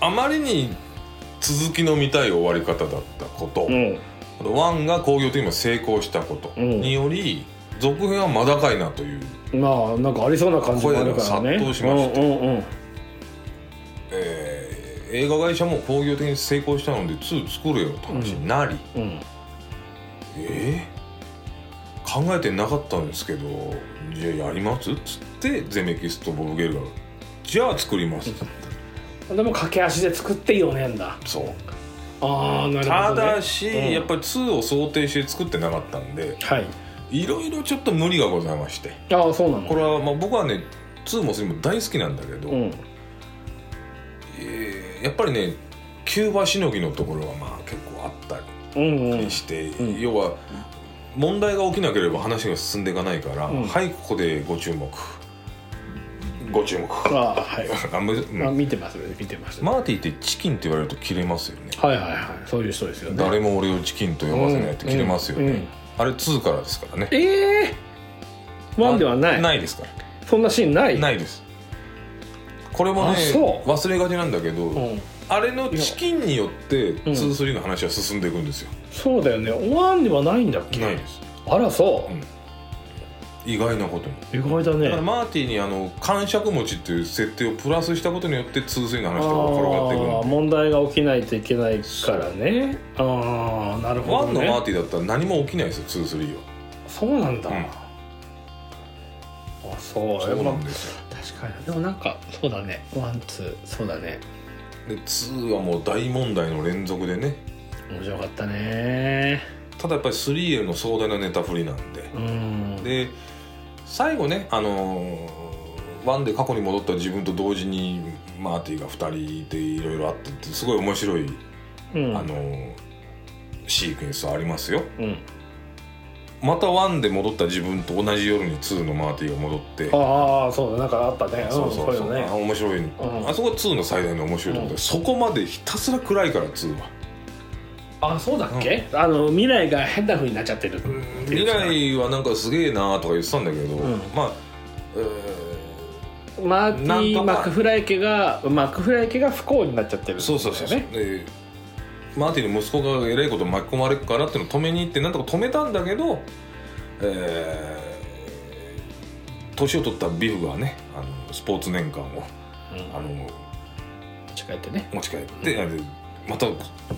あまりに続きの見たい終わり方だったこと、
うん
あと1が工業的にも成功したこと
うん
により、続編はまだかいなという、
まあなんかありそうな感じもあるから
声が
ね
殺到しまして
うんうんうん
えー映画会社も工業的に成功したので2作るよって話になり、
うん
えー考えてなかったんですけどじゃあやりますっつってゼメキスとボブ・ゲルが「じゃあ作ります」
でも駆け足で作って4年だ
そう
ああなる
た
ほど、ね、
だし、
うん
やっぱり2を想定して作ってなかったんで
はい
いろいろちょっと無理がございまして
ああそうなの
これはまあ僕はね2も3も大好きなんだけど、
うん
えーやっぱりねキューバしのぎのところはまあ結構あった
うんうん
りして、
ん
要は問題が起きなければ話が進んでいかないから、
うん
はいここでご注目ご注目
ああはい、
あむうん
あ見てます見てます、
マーティってチキンって言われると切れますよね
はいはいはいそういう人ですよね
誰も俺をチキンと呼ばせないって切れますよね、
うんうん
あれ2からですからね
ええワンではない
ないですから
そんなシーンない
ないですこれもね
あそう
忘れがちなんだけど、
うん、
あれのチキンによって
ん
23の話は進んでいくんですよ、
そうだよねワンではないんだっけ
ないです
あらそ
意外なことに
う、意外だね
だからマーティにあの感触持ちっていう設定をプラスしたことによって通水の話とかが転がっていく
あー問題が起きないといけないからねああなる
のワ
ほ
ン
ど、
のマー
ね、
ティだったら何も起きないですよ2、3は
そうなんだ、
うん
あそう
そうなん
ま
ですよ
あ確かにでもなんかそうだねワンツーそうだね
で2はもう大問題の連続でね
面白かったね
ただやっぱり3への壮大なネタ振りなんで
うん
で最後ねあのーワンで過去に戻った自分と同時にマーティが2人でいろいろあってってすごい面白い、
うん
あのーシークエンスありますよ
うん
またワンで戻った自分と同じ夜にツーのマーティが戻って
ああそうだなんかあったねん
そうそう
い
そう
のね
あ面白い、
ん
あそこが2の最大の面白いところで、
うん
そこまでひたすら暗いから2は
あそうだっけ、あの未来が変なふうになっちゃってるってい
未
うか
来はなんかすげえなとか言ってたんだけど、
ん
まあ、え
マーティ
な
ー・
んとか
マクフライ家がマクフライ家が不幸になっちゃって
ー
るんだよね
そうそうそうそう、でマーティの息子がえらいこと巻き込まれるからっていうのを止めに行ってなんとか止めたんだけどえー年を取ったビフがねあのスポーツ年間を
うん
あの
持ち帰ってね
持ち帰って、あれまた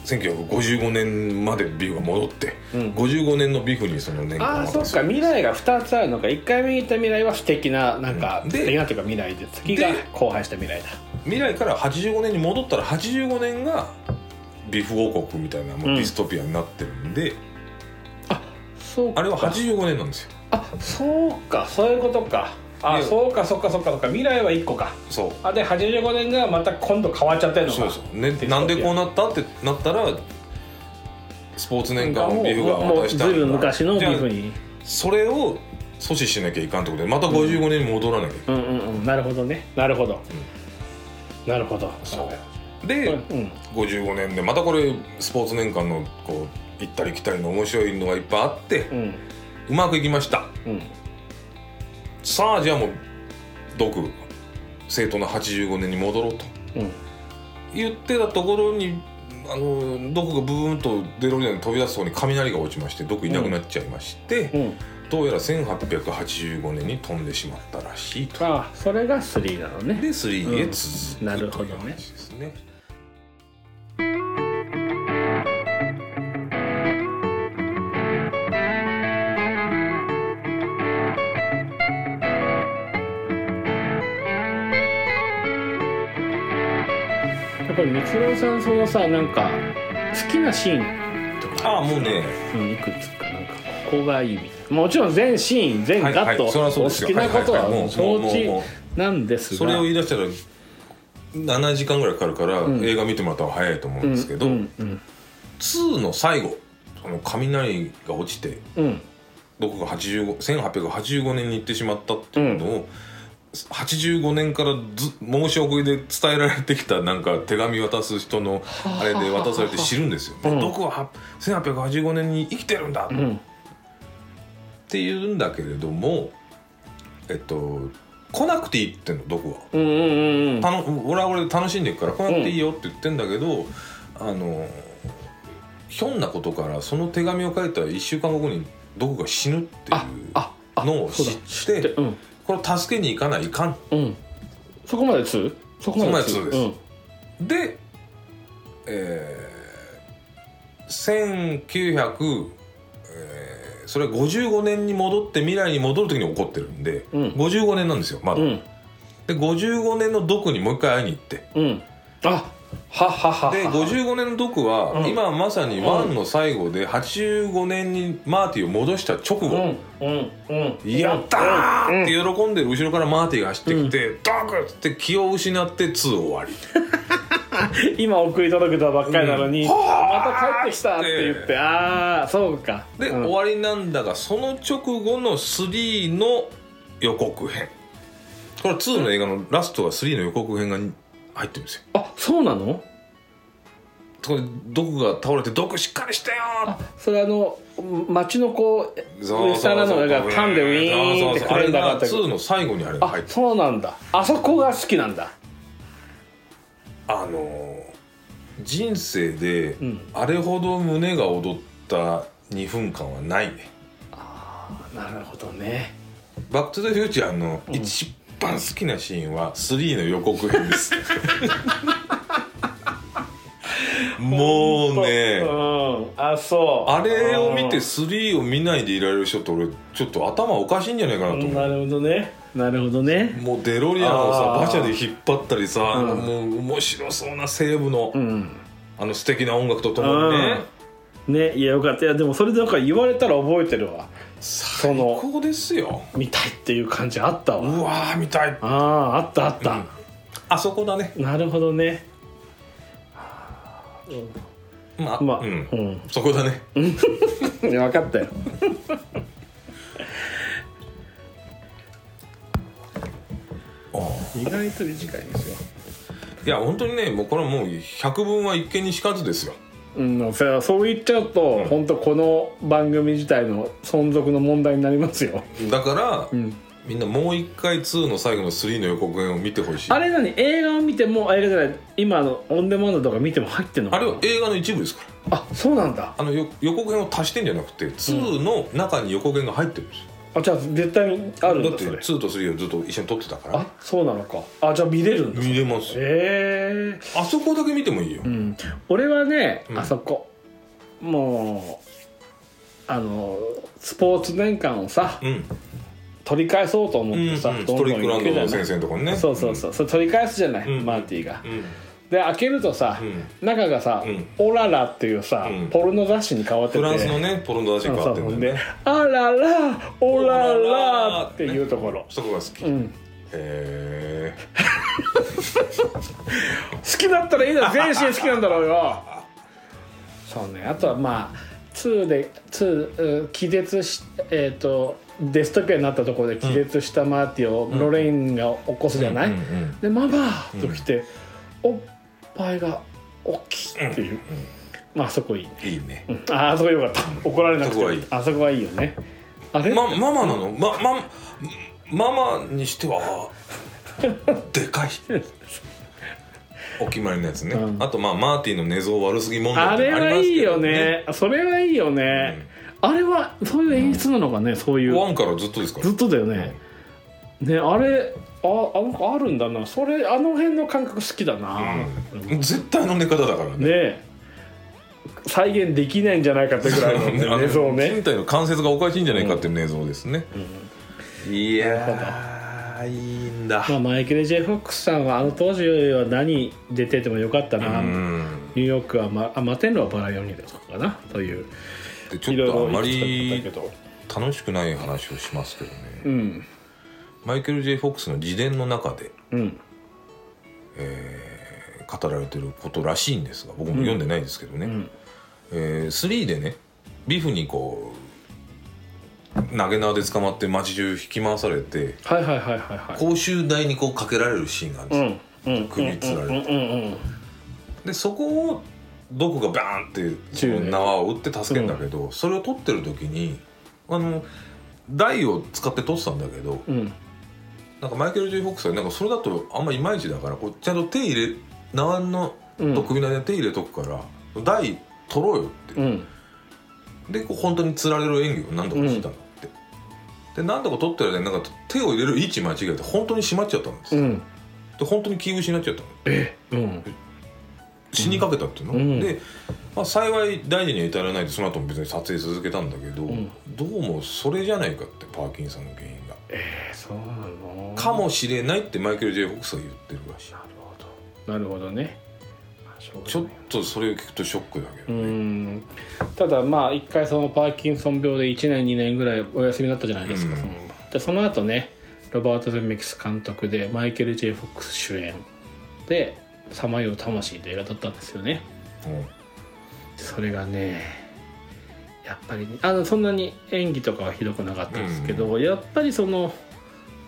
1955年までビフが戻って、
うん
55年のビフにその年間
ああ
を
そ
渡
っ
す
か未来が2つあるのか1回目に行った未来は素敵ななんか、
うんで
素敵なというか未来で次が
で
荒廃した未来だ
未来から85年に戻ったら85年がビフ王国みたいなもううんディストピアになってるんで、
そうか
あれは85年なんですよ
あそうかそういうことかあ
で
そうかそうかそうかそうか未来は1個か
そう
あで85年がまた今度変わっちゃってるのか
そうそう、ね
ディスト、ピア
なんでこうなったってなったらスポーツ年間
も
を
う
ビフが
も
渡
うず
し
い
たんだ
ぶん昔のビフ
じゃ
に
あそれを阻止しなきゃいかんってことでまた55年に戻らなきゃいけない
うんうんうんなるほどねなるほど、なるほど
そう
う
で、
んうん
55年でまたこれスポーツ年間のこう行ったり来たりの面白いのがいっぱいあって
うん
うまくいきました
うん
さあじゃあもう毒正当な85年に戻ろうと
うん
言ってたところにあの毒がブーンとデロリアンに飛び出す方に雷が落ちまして毒いなくなっちゃいまして、
うん
どうやら1885年に飛んでしまったらしいと
あそれが3なのね
で3へ続
うんな
く
る
と
ほ
いう
ど
話
ね
ですね。
やっぱり光郎さんそのさなんか好きなシーンとか
ああもうね
うんいくつかなんかここがいいみたいなもちろん全シーン全
はい
ガッと
はいそりゃ
お
そう
好
ですよ
きなこと
は
はい
はいはいもう
承
もうもうも
知なんですが
それを言い出したら7時間ぐらいかかるから、映画見てもらった方が早いと思うんですけど、
うんうん
2の最後その雷が落ちて
うん
どこか85 1885年に行ってしまったっていうのを、85年からず申し送りで伝えられてきたなんか手紙渡す人のあれで渡されて知るんですよ。
うん
どこは1885年に生きてるんだ
う
っ
ん
ていうんだけれども、えっと来なくていいってんのどこは。
うんうんうんうん
たの俺は俺で楽しんでいくから来なくていいよって言ってんだけど、あのひょんなことからその手紙を書いた1週間後にどこか死ぬってい
あ
う
ああ
のを
そ
知
うだ
って
でうん
これを助けに行かないかん
うんそこまで 2? そこまで
そこまで2ですで、えー、1900、えーそれは55年に戻って未来に戻る時に起こってるんで、
うん
55年なんですよまだ、
うん
で55年の毒にもう一回会いに行って
うんうんあははは
で55年の毒は、
うん
今まさに1の最後で85年にマーティを戻した直
う
後、
んうんうん
やったーって喜んでる後ろからマーティが走ってきて、ドクって気を失って2終わり
今送り届けたばっかりなのに、
うん
また帰ってきたって言って、
は
ああそうか
で、
うん
終わりなんだがその直後の3の予告編これ2の映画のラストは3の予告編が入ってるんですよ
あそうなの
そこで毒が倒れて「毒しっかりしてよ!」
それあの町のこう
そうそう
上下なのがパンでウィーンって
そうそう
く
あ
れ
れ
るんだか
が
った
2の最後にあれが入っ
あ
てる
そうなんだあそこが好きなんだ
あのー人生で
ん
あれほど胸が躍った2分間はないね
なるほどね
「バック・トゥ・ザ・フューチャー」の一番好きなシーンは3の予告編 ですもうね
うんあそう
あれを見て3を見ないでいられる人って俺ちょっと頭おかしいんじゃないかなと
う
思うん
なるほどねなるほどね
もうデロリアンをさ
あー
馬車で引っ張ったりさ、
うん
もう面白そうな西部の、
うん
あの素敵な音楽とともにね
ねいやよかったいやでもそれでなんか言われたら覚えてるわ
最
の
高ですよ
見たいっていう感じあったわ
うわー見たい
あああったあった、
あそこだね
なるほどね
まあ、
まあ
う
うんん、
そこだね
いや分かったよ意外と短いですよ
いや本当にねもうこれはもう百聞は一見にしかずですよ
うん、それはそう言っちゃうと、本当この番組自体の存続の問題になりますよ、
だから、みんなもう一回2の最後の3の予告編を見てほしい
あ
あ
れ何映画を見てもあ映画じゃない今のオンデマンドとか見ても入ってんのかな
れは映画の一部ですから
あそうなんだ
あのよ予告編を足してんじゃなくて2の中に予告編が入ってるんですよ、
あじゃあ絶対にあるんだ
だって
それ
2と3をずっと一緒に撮ってたから
あそうなのかあじゃあ見れるんだ
見れますよ
へえ
あそこだけ見てもいいよ、
うん俺はね、
うん
あそこもうあのスポーツ年間をさ
うん
取り返そうと思
う
っ
んう
て
ん、
さ、
ト
どんどん
リックラ
行
ンド
くじゃ
の
な
先
い
生のとこにね
そうそうそう、それ取り返すじゃない、
うん
マーティが
うん、うん
で開けるとさ、
うん
中がさ「
うん
オララ」っていうさ、
うん
ポルノ雑誌に変わってて
フランスのねポロンド味変わって
そ
る
うそうん
だよ
で
ね
「あらら
オ
オラ
ラ
ラ
ラ」
っていうところ、
そこが好き、
うん、
へ
好きだったらいいだろ全身好きなんだろうよそうねあとはまあ2で2う気絶しえっ、とデストピアになったところで気絶したマーティをロレインが起こすじゃ
え
ない、
うんうん
で「ママ!」と来て、おっぱいが大きいっていう、まああそこいいね
うんいいね、
うんああそこよかった怒られなく
そこはいい
てあそこはいいよねあれ、
まママなのままママにしてはで かいお決まりのやつね、
うん
あとまあマーティの寝相悪すぎ問題
あれはいいよね
ね
それはいいよね、あれはそういう演出なのかね、そういう
ワンからずっとですから
ずっとだよね、ねあれああなんかあるんだなそれあの辺の感覚好きだな、
うん絶対の寝方だからね
ねえ再現できないんじゃないかってぐらい の
あの
ねそうね
人体の関節がおかしいんじゃないかっていう寝相ですね、いやーいいんだ
まあ、マイケル・ J ・フォックスさんはあの当時よりは何出ててもよかったな、
う
ニュ
ん
ーヨークは、まあ、マテンロはバラ4人だとかなという
でち
い
ょ
ろ
っ
い
と
ろ
あまり
言ってたけど
楽しくない話をしますけどね、
うん
マイケル・ J ・フォックスの自伝の中で
うん
語られてることらしいんですが僕も読んでないですけどね、
ん
えー3でねビフにこう投げ縄で捕まって街中引き回されて
はいはいはいはいはい
公衆台にこうかけられるシーンがあるんですよ、
うんうん
首吊られて
うんうんうん
でそこを毒がバーンってそ
銃
の
ね
縄を打って助けるんだけど、それを取ってる時にあの台を使って取ってたんだけど
うん
なんかマイケル・ジェイ・フォックスはなんかそれだとあんまいまいちだからこうちゃんと手入れ縄の
うん
と首の間に手入れとくから、台取ろうよって、
うん
でこう本当につられる演技を何度かしてたのって、で何度か取ってる間になんか手を入れる位置間違えて本当に閉まっちゃったんです
う
よ、
ん
で本当に気失っちゃったの
えうん
死にかけたっていうの、
うん
で、まあ、幸い大事には至らないでその後も別に撮影続けたんだけど、
ん
どうもそれじゃないかってパーキンソンの原因が、
えそうなの
かもしれないってマイケル・ジェイ・フォックスは言ってるらしい
なるほどなるほどね
ちょっとそれを聞くとショックだけ
う
ど、
んただまあ一回そのパーキンソン病で1年2年ぐらいお休みだったじゃないですか、
うん
そのでその後ねロバート・ゼメキス監督でマイケル・ J ・フォックス主演でさまよう魂」という映画だったんですよね
うん
それがねやっぱりねあのそんなに演技とかはひどくなかったですけど、やっぱりその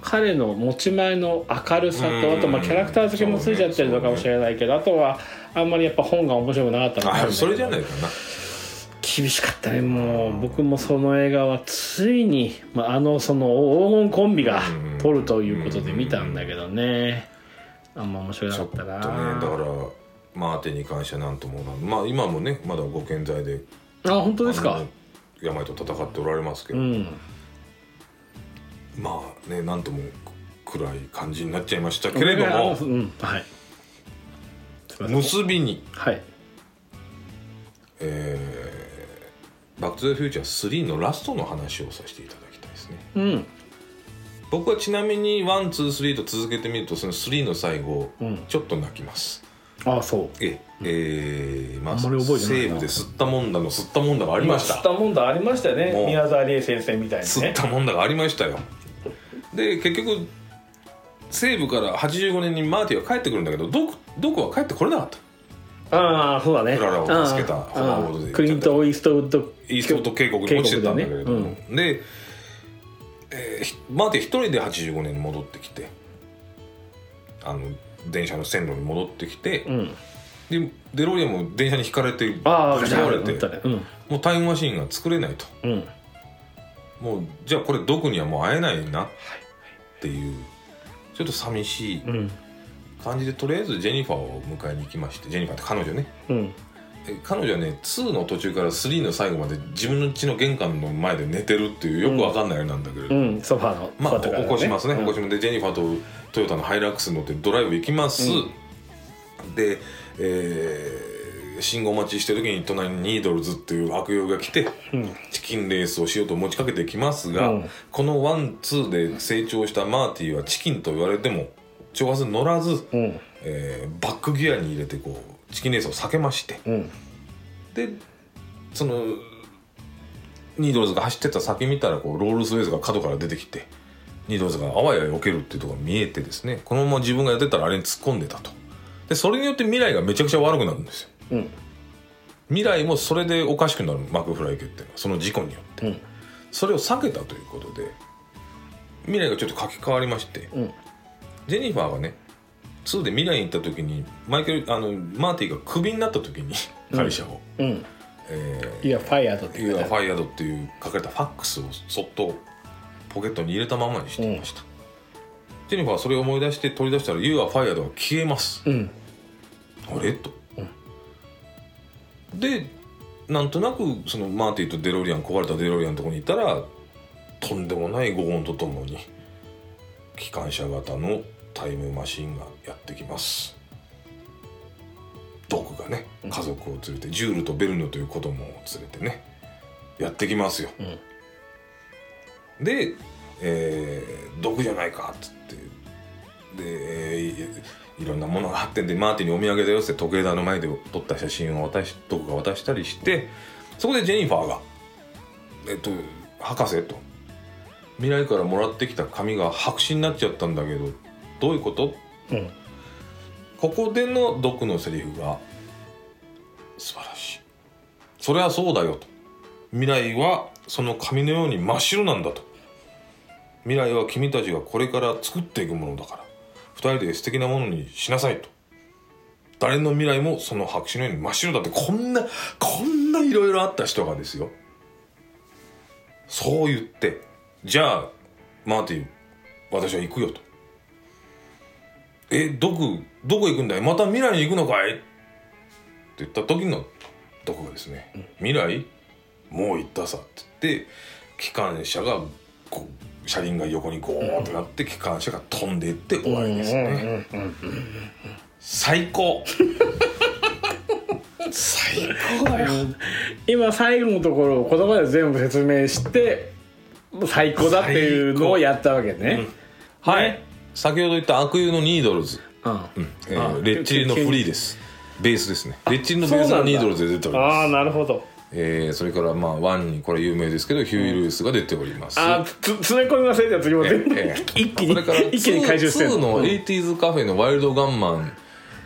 彼の持ち前の明るさと、
うん
あとまあキャラクター付けもついちゃってるのかもしれないけど、あとはあんまりやっぱ本が面白くなかったのか
あ
もし
そ
れ
れ
ない
じゃないかな
厳しかったねもう僕もその映画はついに、まあ、あのその黄金コンビが
うん
撮るということで見たんだけどねあんま面白くな
ち
か
ょ
っ
っと
た
ねだ
な
からまあ当てに関しては何ともなまあ今もねまだご健在で
あ本当です
あ
か
の病と戦っておられますけ
う
ど、
ん
まあね何とも暗い感じになっちゃいましたけれど
あの
も
うんはいすいません
結びに
はい
「えーバック・トゥ・ザ・フューチャー3」のラストの話をさせていただきたいですね
うん
僕はちなみに123と続けてみるとその3の最後、
うん
ちょっと泣きます
あそう
ええーま
あんまり覚えてないな
西部で吸ったもんだの吸ったもんだがありました
吸ったもんだありましたよね
もう
宮沢りえ先生みたいに
吸っ
ね
たもんだがありましたよで結局西部から85年にマーティは帰ってくるんだけどドクドクは帰ってこれなかった
ああそうだね
クララを助けた
ああ
フォワードで
ああクリント・イーストウッド
イーストウッド渓谷に落ちてたんだけれども、
渓谷
で、えーひマーティ一人で85年に戻ってきてあの電車の線路に戻ってきて、
うん
でデロリアンも電車にひかれてぶち
ああ
壊れ
あってたねうん
もうタイムマシンが作れないと
うん
もうじゃあこれドクにはもう会えないなっていうちょっと寂しい
うん
感じでとりあえずジェニファーを迎えに行きましてジェニファーって彼女ね
うん
え彼女はね2の途中から3の最後まで自分の家の玄関の前で寝てるっていうよくわかんないあれなんだけれど、
うんソファーの
まあ
座ってから
起こしますね、
うん
起こしますでジェニファーとトヨタのハイラックス乗ってドライブ行きます、で、えー信号待ちしてる時に隣にニードルズっていう悪用が来て
うん
チキンレースをしようと持ちかけてきますが、
うん
このワンツーで成長したマーティはチキンと言われても挑発に乗らず、
うん
えーバックギアに入れてこうチキンレースを避けまして
うん
でそのニードルズが走ってった先見たらこうロールスウェイズが角から出てきてニードルズがあわや避けるっていうところが見えてですねこのまま自分がやってたらあれに突っ込んでたとでそれによって未来がめちゃくちゃ悪くなるんですよ
うん
未来もそれでおかしくなるマクフライ家っていうのはその事故によって
うん
それを避けたということで未来がちょっと書き換わりまして
うん
ジェニファーがね2で未来に行った時にマイケルあのマーティがクビになった時に会社を、
うん
え
いやファイアードっ
ー
て
い
言
わ
う
ゆる
か
ファイアードっていう書かれたファックスをそっとポケットに入れたままにしていました、ジェニファーはそれを思い出して取り出したら「You are fired」が消えます
うん
あれと、でなんとなくそのマーティとデロリアン壊れたデロリアンのところに行ったらとんでもないご音とともに機関車型のタイムマシンがやってきますドクがね家族を連れて、ジュールとベルヌという子供を連れてねやってきますよ、で、えー毒じゃないかっつってでいいろんなものがあってんでマーティンにお土産だよっつって時計台の前で撮った写真を渡し僕が渡したりしてそこでジェニファーが「えっと博士」と「未来からもらってきた紙が白紙になっちゃったんだけどどういうこと?
うん」
ここでの毒のセリフが素晴らしい「それはそうだよ」と「未来はその紙のように真っ白なんだ」と「未来は君たちがこれから作っていくものだから二人で素敵なものにしなさい」と「誰の未来もその白紙のように真っ白だ」ってこんなこんないろいろあった人がですよそう言って「じゃあマーティン私は行くよ」と。えどこどこ行くんだいまた未来に行くのかいって言った時のどこがですね「未来もう行ったさ」って言って機関車がこう車輪が横にゴーってなって機関車が飛んでいって終わりですね
うんうん
最高最高だよ
今最後のところを言葉で全部説明してもう最高だっていうのをやったわけね、
はい先ほど言った悪友のニードルズ、
うん
えー
あ
レッチリのフリーですベースですねレッチリのベース
そうな
が
んだ
ニードルズで出ております
ああなるほど
えーそれからまあワンにこれ有名ですけどヒューイ・ルイスが出ております。
ああつ詰め込み忘れたやつ今
え
全
え
部
ええ
一気
それから
に一気に回収して
2
る
の 80s カフェのワイルドガンマン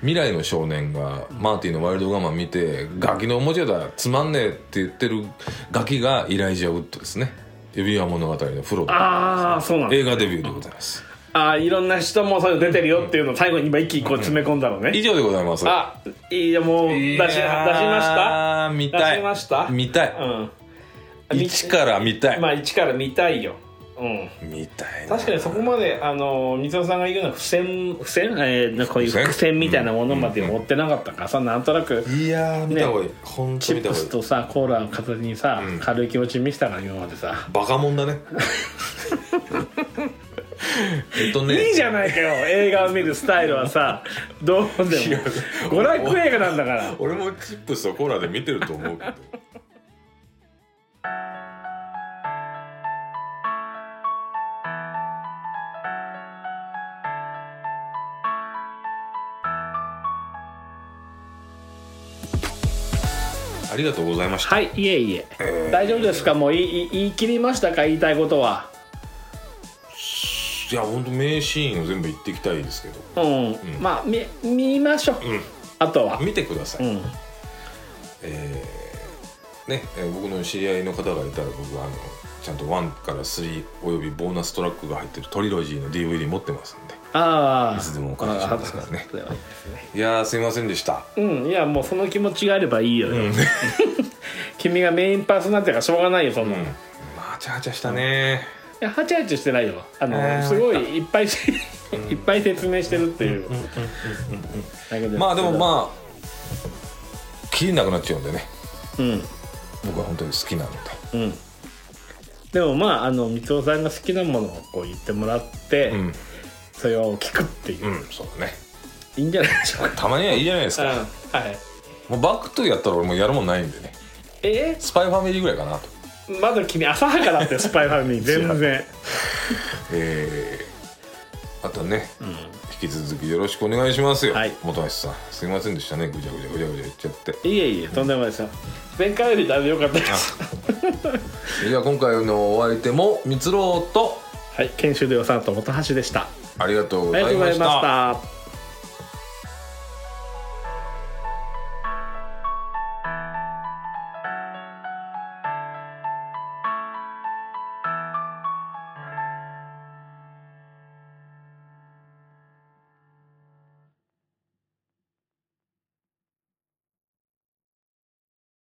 未来の少年がマーティのワイルドガマン見て「ガキのおもちゃだつまんねえ」って言ってるガキがイライジャ・ウッドですね指輪物語のフロド
ああそうなんです
映画デビューでございます
ああいろんな人もそういうの出てるよっていうのを最後に今一気にこう詰め込んだのね
以上でございます
あいいよもう出し出しました
あ見たい
出しました
見たい
うん
一から見たい、
まあ一から見たいようん
見たいな
確かにそこまであの水野さんが言うような付箋付箋、えー、こういう
付箋
伏線みたいなものまで持ってなかったからさなんとなく
いやー見た方がいい、本
チ
当見
ッ
た方
プス
がいい
とさコーラを片手にさ、軽い気持ち見せたから今までさ
バカもんだ ねえっとね
いいじゃないかよ映画を見るスタイルは さどうでも娯楽映画なんだから
俺もチップスとコーラで見てると思うけどありがとうございました、、
はいいえいえ、大丈夫ですかもう言い言い切りましたか言いたいことはい
や本当名シーンを全部言っていきたいですけど
うん、まあ見見ましょう、あとは
見てください、
うん
えーね、えー僕の知り合いの方がいたら僕はあのちゃんと1から3およびボーナストラックが入ってるトリロジーの DVD 持ってますんで
ああ
いつでもお借りしますからね
あー
いやーすいませんでした
うんいやもうその気持ちがあればいいよ、 君がメインパーソナリティがしょうがないよそんなの、い
まあはちゃはちゃしたね
やはちゃはちゃしてないよあの、
えー
すごいいっぱいしいっぱい説明してるっていうだけど
まあでもまあ切りなくなっちゃうんでね
うん
僕は本当に好きなので
うんでもまああの三尾さんが好きなものをこう言ってもらって、
うん
それを聞くっていう、
うんそうだね
いいんじゃないでしょうか
たまにはいいじゃないですか
はい
もうバックトゥーやったら俺もうやるもんないんでね
え
スパイファミリーぐらいかなと
まだ君浅はかだったよスパイファミ リー全然
えー、あとね、引き続きよろしくお願いしますよ、
はい
本橋さんすいませんでしたねぐちゃぐちゃぐちゃぐちゃ言っちゃって
いえいえとんでもないですよ前回よりだいぶ良かったです
では今回のお相手も蜜ろと
はい、研修で予算と本橋でした。あ
ありがとうご
り
ざ
がと
いう
ござ
ま
い
し
ましたた。